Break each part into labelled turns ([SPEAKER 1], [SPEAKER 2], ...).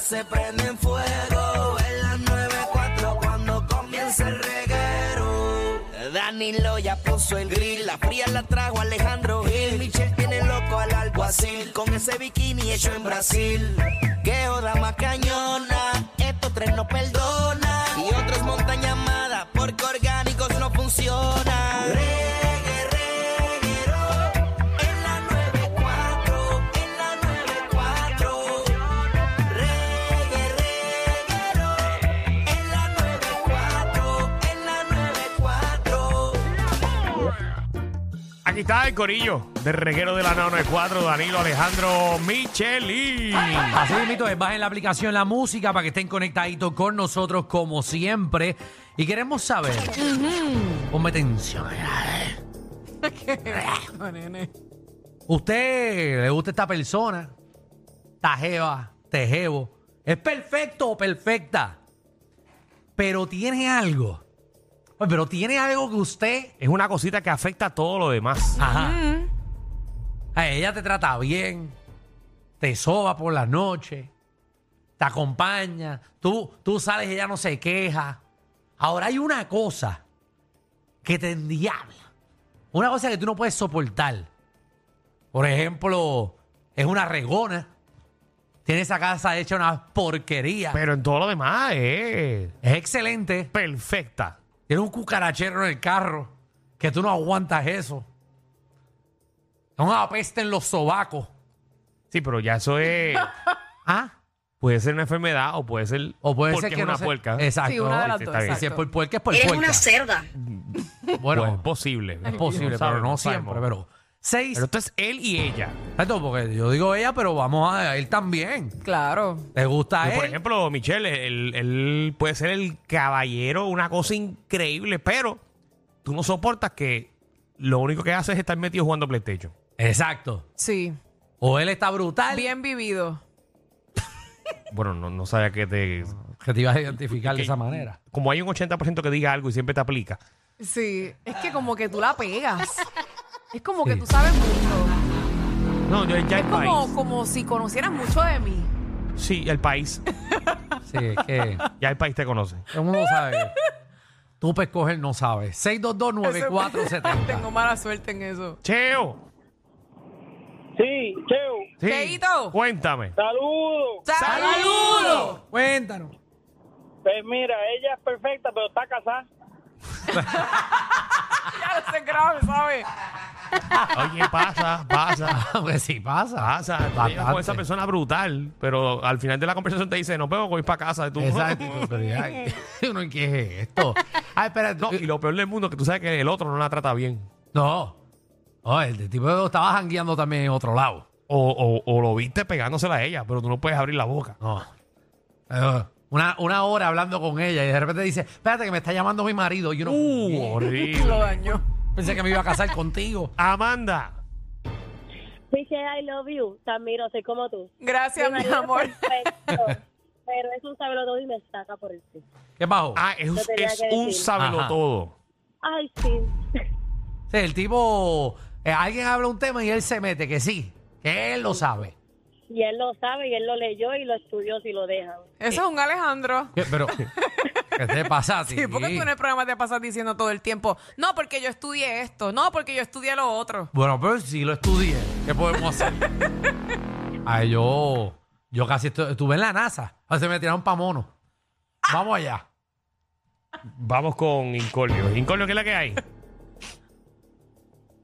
[SPEAKER 1] se prende en fuego. En las 94 cuando comienza el reguero. Danilo ya puso el grill, la fría la trajo Alejandro Gil. Michel tiene loco al alguacil con ese bikini hecho en Brasil. Que joda más cañona, estos tres no perdonan. Y otros montan llamada porque orgánicos no funcionan. Reggae, reguero, en la 94, en la 94. Reggae, reguero, en la 94, en la 94.
[SPEAKER 2] Aquí está el corillo del reguero de la 994, Danilo Alejandro Micheli.
[SPEAKER 3] Así mismo es, bajen la aplicación La Música para que estén conectaditos con nosotros como siempre. Y queremos saber, ponme atención. ¿Usted le gusta esta persona? Tajeva, tejebo. Es perfecto o perfecta. Pero tiene algo. Ay, Pero tiene algo que usted...
[SPEAKER 2] Es una cosita que afecta a todo lo demás.
[SPEAKER 3] Ajá. A ella te trata bien, te soba por las noches, te acompaña, tú, tú sales y ella no se queja. Ahora hay una cosa que te endiabla, una cosa que tú no puedes soportar. Por ejemplo, es una regona, tiene esa casa hecha una porquería,
[SPEAKER 2] Pero en todo lo demás es
[SPEAKER 3] es excelente,
[SPEAKER 2] perfecta.
[SPEAKER 3] tiene un cucarachero en el carro, que tú no aguantas eso. Es una peste en los sobacos.
[SPEAKER 2] Sí, pero ya eso es.
[SPEAKER 3] ¿Ah?
[SPEAKER 2] Puede ser una enfermedad o puede ser.
[SPEAKER 3] O puede
[SPEAKER 2] porque
[SPEAKER 3] ser que
[SPEAKER 2] es
[SPEAKER 3] no
[SPEAKER 2] una
[SPEAKER 3] se-
[SPEAKER 2] puerca.
[SPEAKER 3] Exacto.
[SPEAKER 4] Sí, una de las
[SPEAKER 2] Sí,
[SPEAKER 4] dos.
[SPEAKER 2] está bien.
[SPEAKER 3] Y si es
[SPEAKER 4] exacto.
[SPEAKER 3] por puerca, es por
[SPEAKER 5] Eres
[SPEAKER 3] puerca.
[SPEAKER 5] una cerda.
[SPEAKER 3] Bueno,
[SPEAKER 2] Pues es posible.
[SPEAKER 3] es posible, pero no siempre.
[SPEAKER 2] sabemos.
[SPEAKER 3] Pero seis.
[SPEAKER 2] Pero esto es él y ella.
[SPEAKER 3] Exacto, porque yo digo ella, pero vamos a él también.
[SPEAKER 4] Claro.
[SPEAKER 3] ¿Te gusta
[SPEAKER 2] Yo,
[SPEAKER 3] él?
[SPEAKER 2] por ejemplo, Michelle, él, él puede ser el caballero, una cosa increíble, pero tú no soportas que lo único que haces es estar metido jugando PlayStation.
[SPEAKER 3] Exacto.
[SPEAKER 4] Sí.
[SPEAKER 3] O él está brutal.
[SPEAKER 4] Bien vivido.
[SPEAKER 2] Bueno, no, no sabía que te.
[SPEAKER 3] Que te ibas a identificar de
[SPEAKER 2] que-
[SPEAKER 3] esa manera.
[SPEAKER 2] Como hay un 80% que diga algo y siempre te aplica.
[SPEAKER 4] Sí. Es que como que tú la pegas. Es como
[SPEAKER 3] Sí.
[SPEAKER 4] que tú sabes mucho.
[SPEAKER 2] No, yo ya el
[SPEAKER 4] Es como,
[SPEAKER 2] país.
[SPEAKER 4] como si conocieras mucho de mí.
[SPEAKER 2] Sí, el país.
[SPEAKER 3] Sí, es que
[SPEAKER 2] Ya el país te conoce.
[SPEAKER 3] todo el mundo sabe. Tú para escoger no sabes.
[SPEAKER 4] Tengo
[SPEAKER 3] 6229470.
[SPEAKER 4] mala suerte en eso.
[SPEAKER 2] Cheo.
[SPEAKER 6] Sí, Cheo,
[SPEAKER 2] Sí,
[SPEAKER 4] Cheito.
[SPEAKER 2] Cuéntame.
[SPEAKER 6] saludos.
[SPEAKER 4] ¡Saludos!
[SPEAKER 3] Cuéntanos.
[SPEAKER 6] Pues mira, ella es perfecta, pero está casada.
[SPEAKER 4] Ya no se grave, ¿sabes?
[SPEAKER 2] Oye, pasa, pasa.
[SPEAKER 3] pues sí pasa.
[SPEAKER 2] Pasa, Tú llegas con esa
[SPEAKER 3] Bastante.
[SPEAKER 2] persona brutal, pero al final de la conversación te dice, no puedo voy para casa. Y tú,
[SPEAKER 3] Exacto. Pero ya, uno, ¿qué es esto? Ah, espera.
[SPEAKER 2] No, y lo peor del mundo es que tú sabes que el otro no la trata bien.
[SPEAKER 3] No. No, el tipo estaba jangueando también en otro lado.
[SPEAKER 2] O, o- o lo viste pegándosela a ella, pero tú no puedes abrir la boca.
[SPEAKER 3] No. Eh, Una, una hora hablando con ella y de repente dice, espérate que me está llamando mi marido. Y uno
[SPEAKER 2] Uh,
[SPEAKER 4] Lo
[SPEAKER 2] horrible.
[SPEAKER 4] dañó.
[SPEAKER 3] pensé que me iba a casar contigo.
[SPEAKER 2] Amanda.
[SPEAKER 7] Michelle, I love you. Te admiro, soy como tú.
[SPEAKER 4] Gracias, mi
[SPEAKER 7] marido es
[SPEAKER 4] amor.
[SPEAKER 7] perfecto, pero es un sabelo todo y me saca por el sí.
[SPEAKER 3] ¿Qué bajo?
[SPEAKER 2] Ah, es,
[SPEAKER 7] Lo tenía
[SPEAKER 2] es
[SPEAKER 7] que
[SPEAKER 2] un
[SPEAKER 7] decir.
[SPEAKER 2] sábelo
[SPEAKER 3] Ajá.
[SPEAKER 2] todo.
[SPEAKER 7] Ay, sí.
[SPEAKER 3] Sí, el tipo, eh, alguien habla un tema y él se mete, que sí, que él lo sabe.
[SPEAKER 7] Y él lo sabe, y él lo leyó y lo estudió si lo dejan.
[SPEAKER 4] Eso es un Alejandro.
[SPEAKER 3] ¿Qué- Pero, ¿qué te pasa a ti?
[SPEAKER 4] Sí, porque tú en el programa te pasas diciendo todo el tiempo, no, porque yo estudié esto, no, porque yo estudié lo otro.
[SPEAKER 3] Bueno, pero si lo estudié, ¿qué podemos hacer? Ay, yo, yo casi estu- estuve en la NASA. Ah, Se me tiraron pa' mono. Vamos allá.
[SPEAKER 2] Vamos con Incolio. Incolio, ¿qué es la que hay?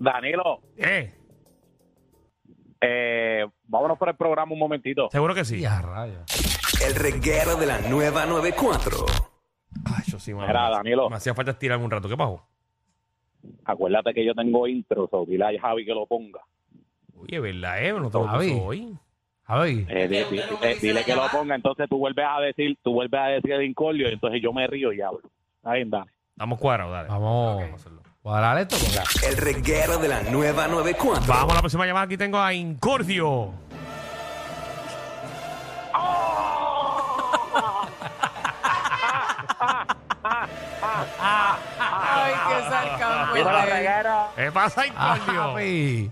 [SPEAKER 8] Danilo,
[SPEAKER 2] Eh,
[SPEAKER 8] eh, vámonos por el programa un momentito.
[SPEAKER 2] seguro que sí.
[SPEAKER 3] Y a rayos.
[SPEAKER 1] El reguero de la nueva 94.
[SPEAKER 2] Ay, yo sí, mano.
[SPEAKER 8] Mira, Danilo.
[SPEAKER 2] Me hacía falta estirarme un rato. ¿Qué pasó?
[SPEAKER 8] Acuérdate que yo tengo intro, so, dile a Javi que lo ponga.
[SPEAKER 2] Oye, ¿verdad, eh? No te lo
[SPEAKER 3] Javi.
[SPEAKER 2] puso hoy.
[SPEAKER 3] A ver,
[SPEAKER 8] Eh, di- di- eh, dile que lo ponga, entonces tú vuelves a decir, tú vuelves a decir el incolio, y entonces yo me río y hablo. Está bien, Dani.
[SPEAKER 2] Estamos cuadrados,
[SPEAKER 3] Ah.
[SPEAKER 2] dale.
[SPEAKER 3] vamos a hacerlo. cuadrar esto. porque-
[SPEAKER 1] El reguero de la nueva 94.
[SPEAKER 2] Vamos a la próxima llamada. Aquí tengo a Incordio.
[SPEAKER 4] Ay, qué sarcasmo.
[SPEAKER 8] Dímelo,
[SPEAKER 4] el de él.
[SPEAKER 8] reguero.
[SPEAKER 2] ¿Qué pasa,
[SPEAKER 3] Ah,
[SPEAKER 2] Incordio?
[SPEAKER 3] Javi.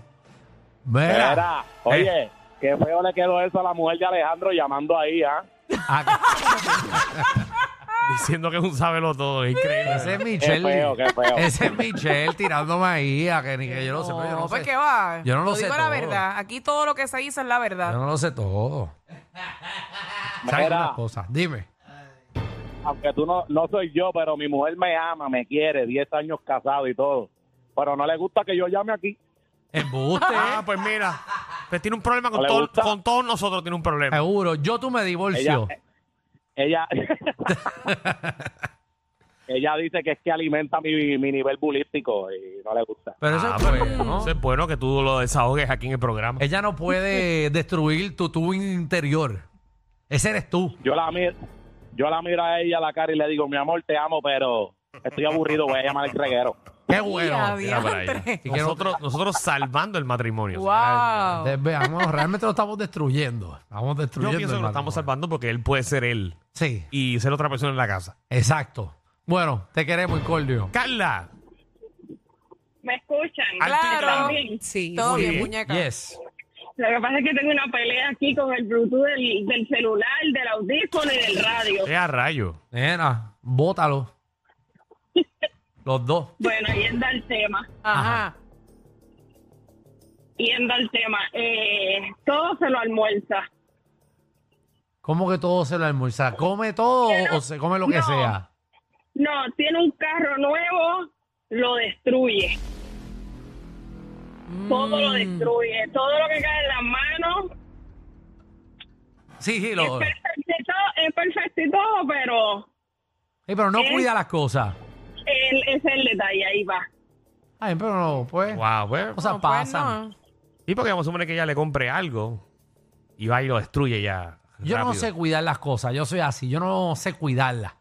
[SPEAKER 3] Mira. Eh.
[SPEAKER 8] Mira, oye, qué feo le quedó eso a la mujer de Alejandro llamando ahí, ¿ah?
[SPEAKER 2] Diciendo que es un sabelo todo, es increíble.
[SPEAKER 3] Ese es
[SPEAKER 8] Qué
[SPEAKER 3] Michelle.
[SPEAKER 8] feo, qué feo.
[SPEAKER 3] Ese es Michelle tirándome ahí a que ni que yo lo sé, pero yo no
[SPEAKER 4] pues
[SPEAKER 3] sé.
[SPEAKER 4] que va.
[SPEAKER 3] Yo no lo
[SPEAKER 4] Yo
[SPEAKER 3] sé
[SPEAKER 4] digo la
[SPEAKER 3] todo.
[SPEAKER 4] verdad. Aquí todo lo que se hizo es la verdad.
[SPEAKER 3] Yo no lo sé todo. ¿Sabes
[SPEAKER 8] Mira.
[SPEAKER 3] una cosa? Dime.
[SPEAKER 8] Aunque tú no, no soy yo, pero mi mujer me ama, me quiere, 10 años casado y todo. Pero no le gusta que yo llame aquí.
[SPEAKER 3] Embuste.
[SPEAKER 2] Ah, pues mira. Pues tiene un problema con,
[SPEAKER 8] ¿No le
[SPEAKER 2] todo-
[SPEAKER 8] gusta?
[SPEAKER 2] con todos nosotros, tiene un problema.
[SPEAKER 3] Seguro. Yo tú me divorcio.
[SPEAKER 8] Ella- eh, Ella ella dice que es que alimenta mi, mi nivel bulístico y no le gusta.
[SPEAKER 3] Pero eso
[SPEAKER 2] Ah,
[SPEAKER 3] es
[SPEAKER 8] pues,
[SPEAKER 2] pero
[SPEAKER 3] bueno.
[SPEAKER 2] Eso es bueno que tú lo desahogues aquí en el programa.
[SPEAKER 3] Ella no puede destruir tu tú interior. Ese eres tú.
[SPEAKER 8] Yo la miro, yo la miro a ella a la cara y le digo, mi amor, te amo, pero estoy aburrido, voy a llamar al reguero.
[SPEAKER 3] Qué
[SPEAKER 4] Ya,
[SPEAKER 3] bueno.
[SPEAKER 4] bien.
[SPEAKER 2] Mira para allá.
[SPEAKER 4] Diantre.
[SPEAKER 2] Y que nosotros, nosotros salvando el matrimonio.
[SPEAKER 4] wow.
[SPEAKER 3] Entonces, veamos, realmente lo estamos destruyendo. Estamos
[SPEAKER 2] Yo
[SPEAKER 3] destruyendo.
[SPEAKER 2] Oh. pienso
[SPEAKER 3] el
[SPEAKER 2] que lo estamos
[SPEAKER 3] matrimonio.
[SPEAKER 2] salvando porque él puede ser él
[SPEAKER 3] Sí,
[SPEAKER 2] y ser otra persona en la casa.
[SPEAKER 3] exacto. Bueno, te queremos, Incordio.
[SPEAKER 2] Carla,
[SPEAKER 7] ¿Me escuchan?
[SPEAKER 4] Ah, Claro.
[SPEAKER 7] Bien.
[SPEAKER 5] Sí.
[SPEAKER 4] Todo
[SPEAKER 2] Muy
[SPEAKER 4] bien,
[SPEAKER 2] bien.
[SPEAKER 4] muñeca.
[SPEAKER 3] Yes.
[SPEAKER 7] Lo que pasa es que tengo una pelea aquí con el Bluetooth del, del celular, del audífono y del radio.
[SPEAKER 2] es a rayo.
[SPEAKER 3] Nena, bótalo. Los dos.
[SPEAKER 7] Bueno, ahí anda el tema.
[SPEAKER 4] Ajá.
[SPEAKER 7] Y anda el tema. Eh, todo se lo almuerza.
[SPEAKER 3] ¿Cómo que todo se lo almuerza? ¿Come todo o- o se come lo que
[SPEAKER 7] No.
[SPEAKER 3] sea?
[SPEAKER 7] No, tiene un carro nuevo, lo destruye. Todo lo
[SPEAKER 2] Mm.
[SPEAKER 7] destruye. Todo lo que cae en las manos.
[SPEAKER 3] Sí, sí,
[SPEAKER 7] Es
[SPEAKER 3] lo, sí
[SPEAKER 7] perfecto, y todo- es perfecto y todo, pero
[SPEAKER 3] pero no
[SPEAKER 7] ¿Eh?
[SPEAKER 3] cuida las cosas.
[SPEAKER 7] el, ese es el detalle. Ahí va.
[SPEAKER 3] Ay, pero no, pues.
[SPEAKER 2] Wow, pues.
[SPEAKER 3] O sea,
[SPEAKER 4] No, pues
[SPEAKER 3] pasan.
[SPEAKER 4] no.
[SPEAKER 2] Y porque vamos a suponer que ella le compre algo y va y lo destruye ya.
[SPEAKER 3] Yo no
[SPEAKER 2] rápido.
[SPEAKER 3] sé cuidar las cosas. Yo soy así. Yo no sé cuidarlas.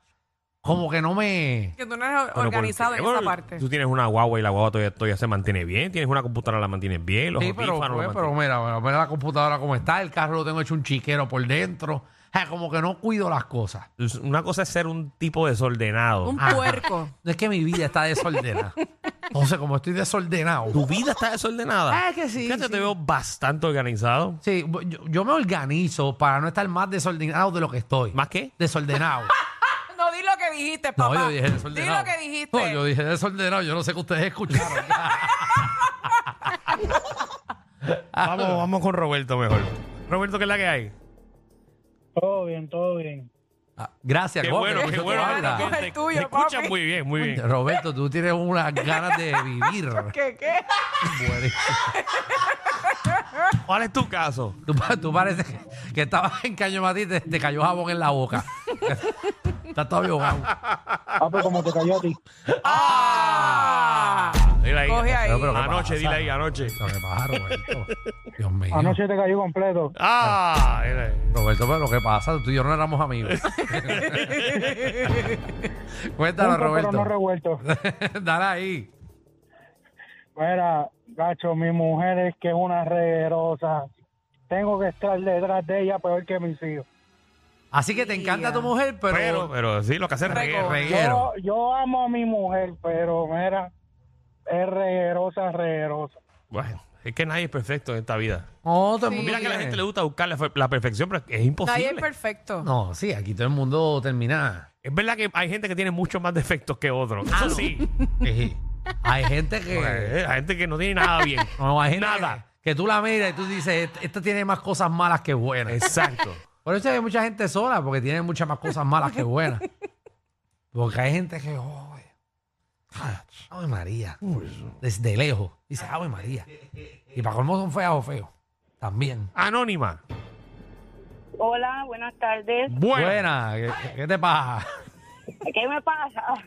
[SPEAKER 3] Como que no me.
[SPEAKER 4] Que tú no eres
[SPEAKER 2] Pero
[SPEAKER 4] organizado en
[SPEAKER 2] porque,
[SPEAKER 4] esa
[SPEAKER 2] bueno,
[SPEAKER 4] parte.
[SPEAKER 2] Tú tienes una guagua y la guagua todavía, todavía se mantiene bien. Tienes una computadora, la mantienes bien. Los
[SPEAKER 3] Sí, pero,
[SPEAKER 2] audífonos
[SPEAKER 3] pues,
[SPEAKER 2] los
[SPEAKER 3] pero
[SPEAKER 2] mantienes-
[SPEAKER 3] mira, mira, mira la computadora como está. El carro lo tengo hecho un chiquero por dentro. Ay, como que no cuido las cosas.
[SPEAKER 2] Es- Una cosa es ser un tipo desordenado.
[SPEAKER 4] Un
[SPEAKER 3] Ajá.
[SPEAKER 4] puerco.
[SPEAKER 3] Es que mi vida está desordenada. Entonces, como estoy desordenado.
[SPEAKER 2] Tu vida está desordenada.
[SPEAKER 3] Ah, que sí,
[SPEAKER 2] Fíjate,
[SPEAKER 3] sí.
[SPEAKER 2] te veo bastante organizado.
[SPEAKER 3] Sí, yo, yo me organizo para no estar más desordenado de lo que estoy.
[SPEAKER 2] ¿Más qué?
[SPEAKER 3] Desordenado.
[SPEAKER 4] No, di lo que dijiste,
[SPEAKER 3] No,
[SPEAKER 4] papá.
[SPEAKER 3] yo dije
[SPEAKER 4] Di
[SPEAKER 3] desordenado.
[SPEAKER 4] lo que dijiste.
[SPEAKER 3] No, yo dije desordenado. Yo no sé qué ustedes escucharon.
[SPEAKER 2] Vamos,
[SPEAKER 4] Ah.
[SPEAKER 2] vamos con Roberto mejor. Roberto, ¿qué es la que hay?
[SPEAKER 6] Todo bien, todo bien.
[SPEAKER 3] Ah, Gracias,
[SPEAKER 2] Qué
[SPEAKER 3] Gopi,
[SPEAKER 2] bueno,
[SPEAKER 3] porque
[SPEAKER 2] qué
[SPEAKER 3] tú
[SPEAKER 2] bueno.
[SPEAKER 3] hablas.
[SPEAKER 4] Coge el
[SPEAKER 2] Te-
[SPEAKER 4] tuyo,
[SPEAKER 2] te escuchas
[SPEAKER 4] papi.
[SPEAKER 2] muy bien, muy bien.
[SPEAKER 3] Roberto, tú tienes unas ganas de vivir.
[SPEAKER 4] ¿Qué, qué?
[SPEAKER 3] Buenísimo.
[SPEAKER 2] ¿Cuál es tu caso?
[SPEAKER 3] Tú, pa- tú pareces que, que estabas en Caño Matí y te, te cayó jabón en la boca. Estás todavía ahogado.
[SPEAKER 6] Ah, pues como te cayó a ti.
[SPEAKER 4] Ah.
[SPEAKER 2] Dile ahí.
[SPEAKER 4] Coge ahí.
[SPEAKER 3] Pero, pero, ¿qué
[SPEAKER 2] Anoche,
[SPEAKER 3] pasa?
[SPEAKER 2] dile ahí, anoche.
[SPEAKER 3] Lo que pasa, Roberto. Dios mío.
[SPEAKER 6] Anoche te cayó completo.
[SPEAKER 2] Ah, dile ahí.
[SPEAKER 3] Roberto, pero lo que pasa, tú y yo no éramos amigos. Cuéntalo,
[SPEAKER 6] Juntos, pero no
[SPEAKER 3] Roberto.
[SPEAKER 6] revuelto.
[SPEAKER 3] Dale ahí.
[SPEAKER 6] Mira, gacho, mi mujer es que es una reguerosa. Tengo que estar detrás de ella peor que mis hijos.
[SPEAKER 3] Así que te encanta tu mujer, pero,
[SPEAKER 2] Pero, pero sí, lo que hace es reguero.
[SPEAKER 4] Recoge.
[SPEAKER 3] reguero.
[SPEAKER 6] Yo, yo amo a mi mujer, pero mira, es reguerosa, reguerosa.
[SPEAKER 2] Bueno, es que nadie es perfecto en esta vida.
[SPEAKER 3] No, todo el
[SPEAKER 4] Sí.
[SPEAKER 3] mundo
[SPEAKER 2] Mira que a la
[SPEAKER 3] tiene-
[SPEAKER 2] gente le gusta buscar la, la perfección, pero es imposible.
[SPEAKER 4] Nadie es perfecto.
[SPEAKER 3] No, sí, aquí todo el mundo termina.
[SPEAKER 2] es verdad que hay gente que tiene muchos más defectos que otros.
[SPEAKER 3] Ah,
[SPEAKER 2] Eso sí.
[SPEAKER 3] Sí. Eh, hay gente que.
[SPEAKER 2] Porque hay gente que no tiene nada bien.
[SPEAKER 3] No, hay gente
[SPEAKER 2] Nada.
[SPEAKER 3] Que, que tú la miras y tú dices, "Este- esta tiene más cosas malas que buenas.
[SPEAKER 2] Exacto.
[SPEAKER 3] Por eso hay mucha gente sola, porque tiene muchas más cosas malas que buenas. Porque hay gente que, "Joder, Ave María. Desde lejos. Dice, Ave María. Y para colmo son feas o feos. También.
[SPEAKER 2] Anónima.
[SPEAKER 7] Hola, buenas tardes.
[SPEAKER 2] Bueno.
[SPEAKER 3] Buena. ¿Qué, qué te pasa?
[SPEAKER 7] ¿Qué me pasa?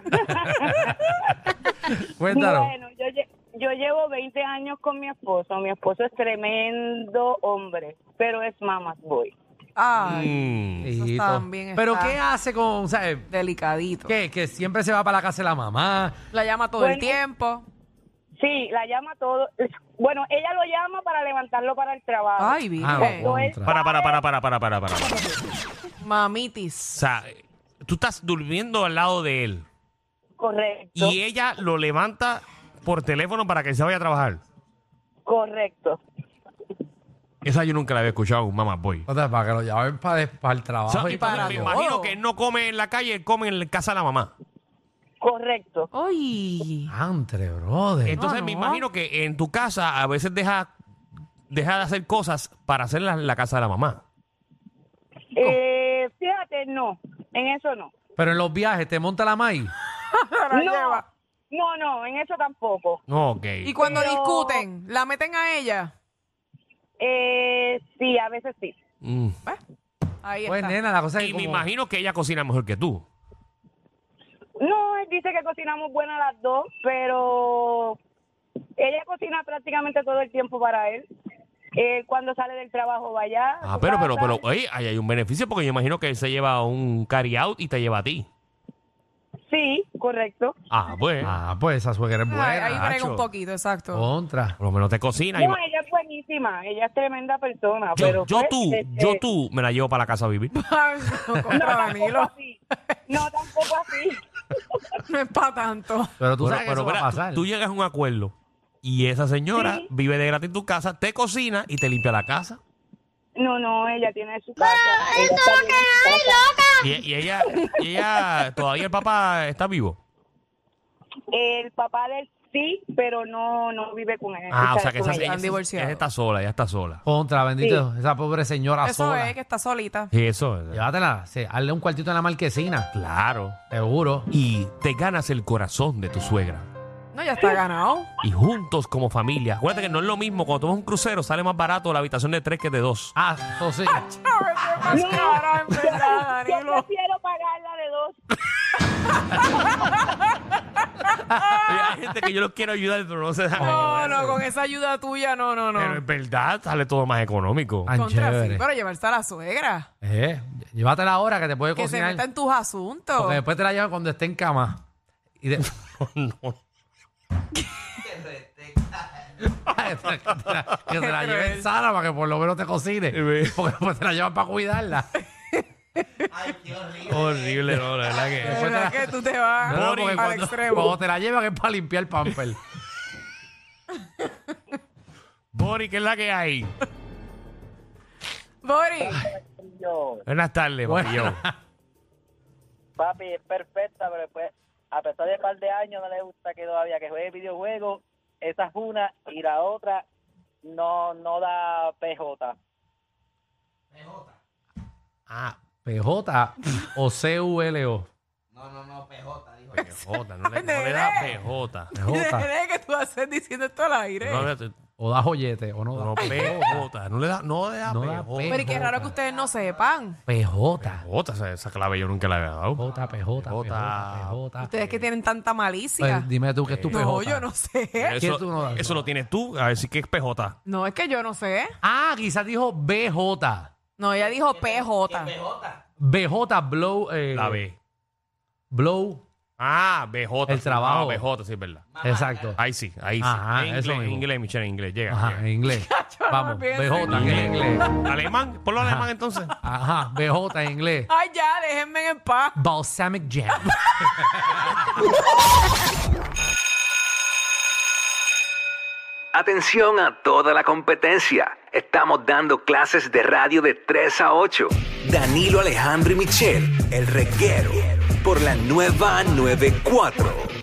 [SPEAKER 3] Cuéntalo.
[SPEAKER 7] Bueno, yo, lle- yo llevo 20 años con mi esposo. Mi esposo es tremendo hombre, pero es mamas boy.
[SPEAKER 4] Ay,
[SPEAKER 2] Mm.
[SPEAKER 4] eso
[SPEAKER 3] Hijito.
[SPEAKER 4] también
[SPEAKER 3] Pero
[SPEAKER 4] está-
[SPEAKER 3] ¿qué hace con, sabes,
[SPEAKER 4] delicadito.
[SPEAKER 3] Mm. qué? Que siempre se va para la casa de la mamá.
[SPEAKER 4] La llama todo el
[SPEAKER 7] Bueno.
[SPEAKER 4] tiempo.
[SPEAKER 7] Sí, la llama todo. Bueno, ella lo llama para levantarlo para el trabajo.
[SPEAKER 4] Ay, bien.
[SPEAKER 3] Ah, no, contra.
[SPEAKER 2] Para, para, para, para, para, para, para. O
[SPEAKER 4] Mamitis.
[SPEAKER 2] sea, tú estás durmiendo al lado de él
[SPEAKER 7] Correcto,
[SPEAKER 2] y ella lo levanta por teléfono para que se vaya a trabajar.
[SPEAKER 7] correcto.
[SPEAKER 2] Esa yo nunca la había escuchado a un mamá boy.
[SPEAKER 3] O sea, para que lo lleven para, el
[SPEAKER 2] O
[SPEAKER 3] trabajo
[SPEAKER 2] sea,
[SPEAKER 3] y
[SPEAKER 2] me
[SPEAKER 3] para todo.
[SPEAKER 2] imagino que él no come en la calle, él come en la casa de la mamá.
[SPEAKER 7] Correcto.
[SPEAKER 4] Uy.
[SPEAKER 3] Antre, brother.
[SPEAKER 2] Entonces
[SPEAKER 4] no.
[SPEAKER 2] me imagino que en tu casa a veces deja, deja de hacer cosas para hacerlas en la casa de la mamá.
[SPEAKER 7] Eh, fíjate, no, en eso no.
[SPEAKER 3] Pero en los viajes te monta la maíz.
[SPEAKER 4] Ahora
[SPEAKER 7] No,
[SPEAKER 4] lleva.
[SPEAKER 7] no, no, en eso tampoco.
[SPEAKER 2] Ok.
[SPEAKER 4] Y cuando
[SPEAKER 7] Pero-
[SPEAKER 4] discuten, ¿la meten a ella?
[SPEAKER 7] Eh, sí, a veces sí.
[SPEAKER 2] Mm.
[SPEAKER 4] Ahí
[SPEAKER 3] Pues
[SPEAKER 4] está.
[SPEAKER 3] nena, la cosa es
[SPEAKER 2] Y
[SPEAKER 3] que
[SPEAKER 2] me
[SPEAKER 3] como-
[SPEAKER 2] imagino que ella cocina mejor que tú.
[SPEAKER 7] No, él dice que cocinamos buenas las dos, pero ella cocina prácticamente todo el tiempo para él. Eh, cuando sale del trabajo vaya.
[SPEAKER 2] Ah, pero, pero, pero, oye, ahí hay un beneficio porque yo imagino que él se lleva un carry out y te lleva a ti.
[SPEAKER 7] Sí, correcto.
[SPEAKER 2] Ah, pues.
[SPEAKER 3] Ah, pues esa suegra es
[SPEAKER 4] Ay,
[SPEAKER 3] buena.
[SPEAKER 4] ahí brega
[SPEAKER 3] hacho. Oh.
[SPEAKER 4] un poquito, exacto.
[SPEAKER 3] Contra.
[SPEAKER 2] Por lo menos te cocina. y
[SPEAKER 7] No,
[SPEAKER 2] va-
[SPEAKER 7] ella es buenísima, ella es tremenda persona.
[SPEAKER 2] yo,
[SPEAKER 7] pero
[SPEAKER 2] yo
[SPEAKER 7] pues,
[SPEAKER 2] tú,
[SPEAKER 7] este,
[SPEAKER 2] yo tú me la llevo para la casa a vivir.
[SPEAKER 4] Ay, no,
[SPEAKER 7] No,
[SPEAKER 4] contra
[SPEAKER 7] tampoco
[SPEAKER 4] Danilo.
[SPEAKER 7] así. No, tampoco así.
[SPEAKER 4] No es para tanto.
[SPEAKER 3] Pero tú
[SPEAKER 2] Pero-
[SPEAKER 3] sabes que
[SPEAKER 2] pero
[SPEAKER 3] eso va a
[SPEAKER 2] espera, tú-
[SPEAKER 3] pasar.
[SPEAKER 2] Tú, llegas a un acuerdo y esa señora
[SPEAKER 7] Sí.
[SPEAKER 2] vive de gratis en tu casa, te cocina y te limpia la casa.
[SPEAKER 7] No, no, ella tiene su casa. ella está bien en su casa.
[SPEAKER 2] Y, y ella, y ella, todavía el papá está vivo.
[SPEAKER 7] El papá de él sí, pero no, no vive con él.
[SPEAKER 2] Ah, o
[SPEAKER 7] está
[SPEAKER 2] sea que
[SPEAKER 7] con
[SPEAKER 2] esa,
[SPEAKER 7] ella.
[SPEAKER 2] ella,
[SPEAKER 4] Están divorciados.
[SPEAKER 2] ella está sola, ella está sola.
[SPEAKER 3] Contra, bendito. Esa pobre señora
[SPEAKER 4] Eso
[SPEAKER 3] sola.
[SPEAKER 4] es que está solita.
[SPEAKER 2] Sí, eso.
[SPEAKER 3] Llévatela. sí, hazle un cuartito en la marquesina.
[SPEAKER 2] Claro.
[SPEAKER 3] Seguro.
[SPEAKER 2] Y te ganas el corazón de tu suegra.
[SPEAKER 4] No, ya está ganado.
[SPEAKER 2] y juntos como familia. Acuérdate que no es lo mismo. Cuando tomas un crucero sale más barato la habitación de tres que de dos.
[SPEAKER 3] Ah, eso sí.
[SPEAKER 4] Ay, qué más cara, en verdad,
[SPEAKER 7] Yo
[SPEAKER 4] Danilo.
[SPEAKER 7] prefiero pagarla de dos.
[SPEAKER 2] Hay gente que yo los quiero ayudar, pero no se dan.
[SPEAKER 4] No, no, con esa ayuda tuya, no, no,
[SPEAKER 2] Pero
[SPEAKER 4] no.
[SPEAKER 2] en verdad sale todo más económico.
[SPEAKER 3] Ay,
[SPEAKER 4] Contra sí,
[SPEAKER 3] chévere.
[SPEAKER 4] pero llevarse a la suegra.
[SPEAKER 3] Eh, llévatela ahora que te puede
[SPEAKER 4] Que se
[SPEAKER 3] cocinar.
[SPEAKER 4] meta en tus asuntos.
[SPEAKER 3] Porque después te la llevan cuando esté en cama. Y de...
[SPEAKER 2] No.
[SPEAKER 3] que te la- que se la
[SPEAKER 4] Qué
[SPEAKER 3] lleven
[SPEAKER 4] cruel.
[SPEAKER 3] sana para que por lo menos te cocine.
[SPEAKER 2] Sí.
[SPEAKER 3] Porque después te la llevan para cuidarla.
[SPEAKER 2] Horrible, no, la verdad
[SPEAKER 4] De
[SPEAKER 2] que.
[SPEAKER 4] verdad que tú te vas
[SPEAKER 3] No, no, porque
[SPEAKER 4] al
[SPEAKER 3] cuando,
[SPEAKER 4] extremo.
[SPEAKER 3] cuando te la llevan es para limpiar el pamper.
[SPEAKER 2] Bori, ¿qué es la que hay?
[SPEAKER 4] Bori,
[SPEAKER 8] Yo,
[SPEAKER 2] Buenas tardes, papillón.
[SPEAKER 8] papi, es perfecta, pero después, a pesar de un par de años, no le gusta que todavía que juegue videojuegos. Esa es una y la otra no no da PJ.
[SPEAKER 3] Ah, PJ o CULO.
[SPEAKER 2] PJ, no le, no le da PJ.
[SPEAKER 3] PJ.
[SPEAKER 4] ¿qué que tú haces diciendo esto al aire?
[SPEAKER 2] No le da
[SPEAKER 3] O da joyete o no da.
[SPEAKER 2] no, PJ. No le da, no le da
[SPEAKER 3] No da
[SPEAKER 2] PJ.
[SPEAKER 4] Pero y qué raro que ustedes no sepan.
[SPEAKER 3] PJ.
[SPEAKER 2] PJ, esa, esa clave yo nunca la había dado.
[SPEAKER 3] PJ, PJ, PJ.
[SPEAKER 4] Ustedes que tienen tanta malicia.
[SPEAKER 3] Pues dime tú que es tu PJ.
[SPEAKER 4] no, yo no sé.
[SPEAKER 2] Eso,
[SPEAKER 3] tú no das?
[SPEAKER 2] eso lo tienes tú. A ver si que es PJ.
[SPEAKER 4] No, es que yo no sé.
[SPEAKER 3] Ah, quizás dijo BJ.
[SPEAKER 4] No, ella dijo PJ.
[SPEAKER 3] BJ, Blow. eh,
[SPEAKER 2] La B.
[SPEAKER 3] Blow.
[SPEAKER 2] Ah, BJ.
[SPEAKER 3] El
[SPEAKER 2] sí.
[SPEAKER 3] trabajo.
[SPEAKER 2] Ah, BJ, sí, es verdad.
[SPEAKER 3] Exacto.
[SPEAKER 2] Ahí sí, ahí sí.
[SPEAKER 3] Ajá,
[SPEAKER 2] en
[SPEAKER 3] eso
[SPEAKER 2] inglés, en
[SPEAKER 3] mismo.
[SPEAKER 2] inglés, Michelle, en inglés. Llega.
[SPEAKER 3] Ajá, en
[SPEAKER 2] llega.
[SPEAKER 3] inglés.
[SPEAKER 4] no
[SPEAKER 3] Vamos,
[SPEAKER 4] pienso
[SPEAKER 3] BJ en inglés.
[SPEAKER 2] Alemán, ponlo alemán entonces.
[SPEAKER 3] Ajá, BJ en inglés.
[SPEAKER 4] Ay, ya, déjenme en paz.
[SPEAKER 3] Balsamic Jam.
[SPEAKER 5] Atención a toda la competencia. Estamos dando clases de radio de 3 a 8. Danilo Alejandro y Michel, el reguero, por la nueva 94.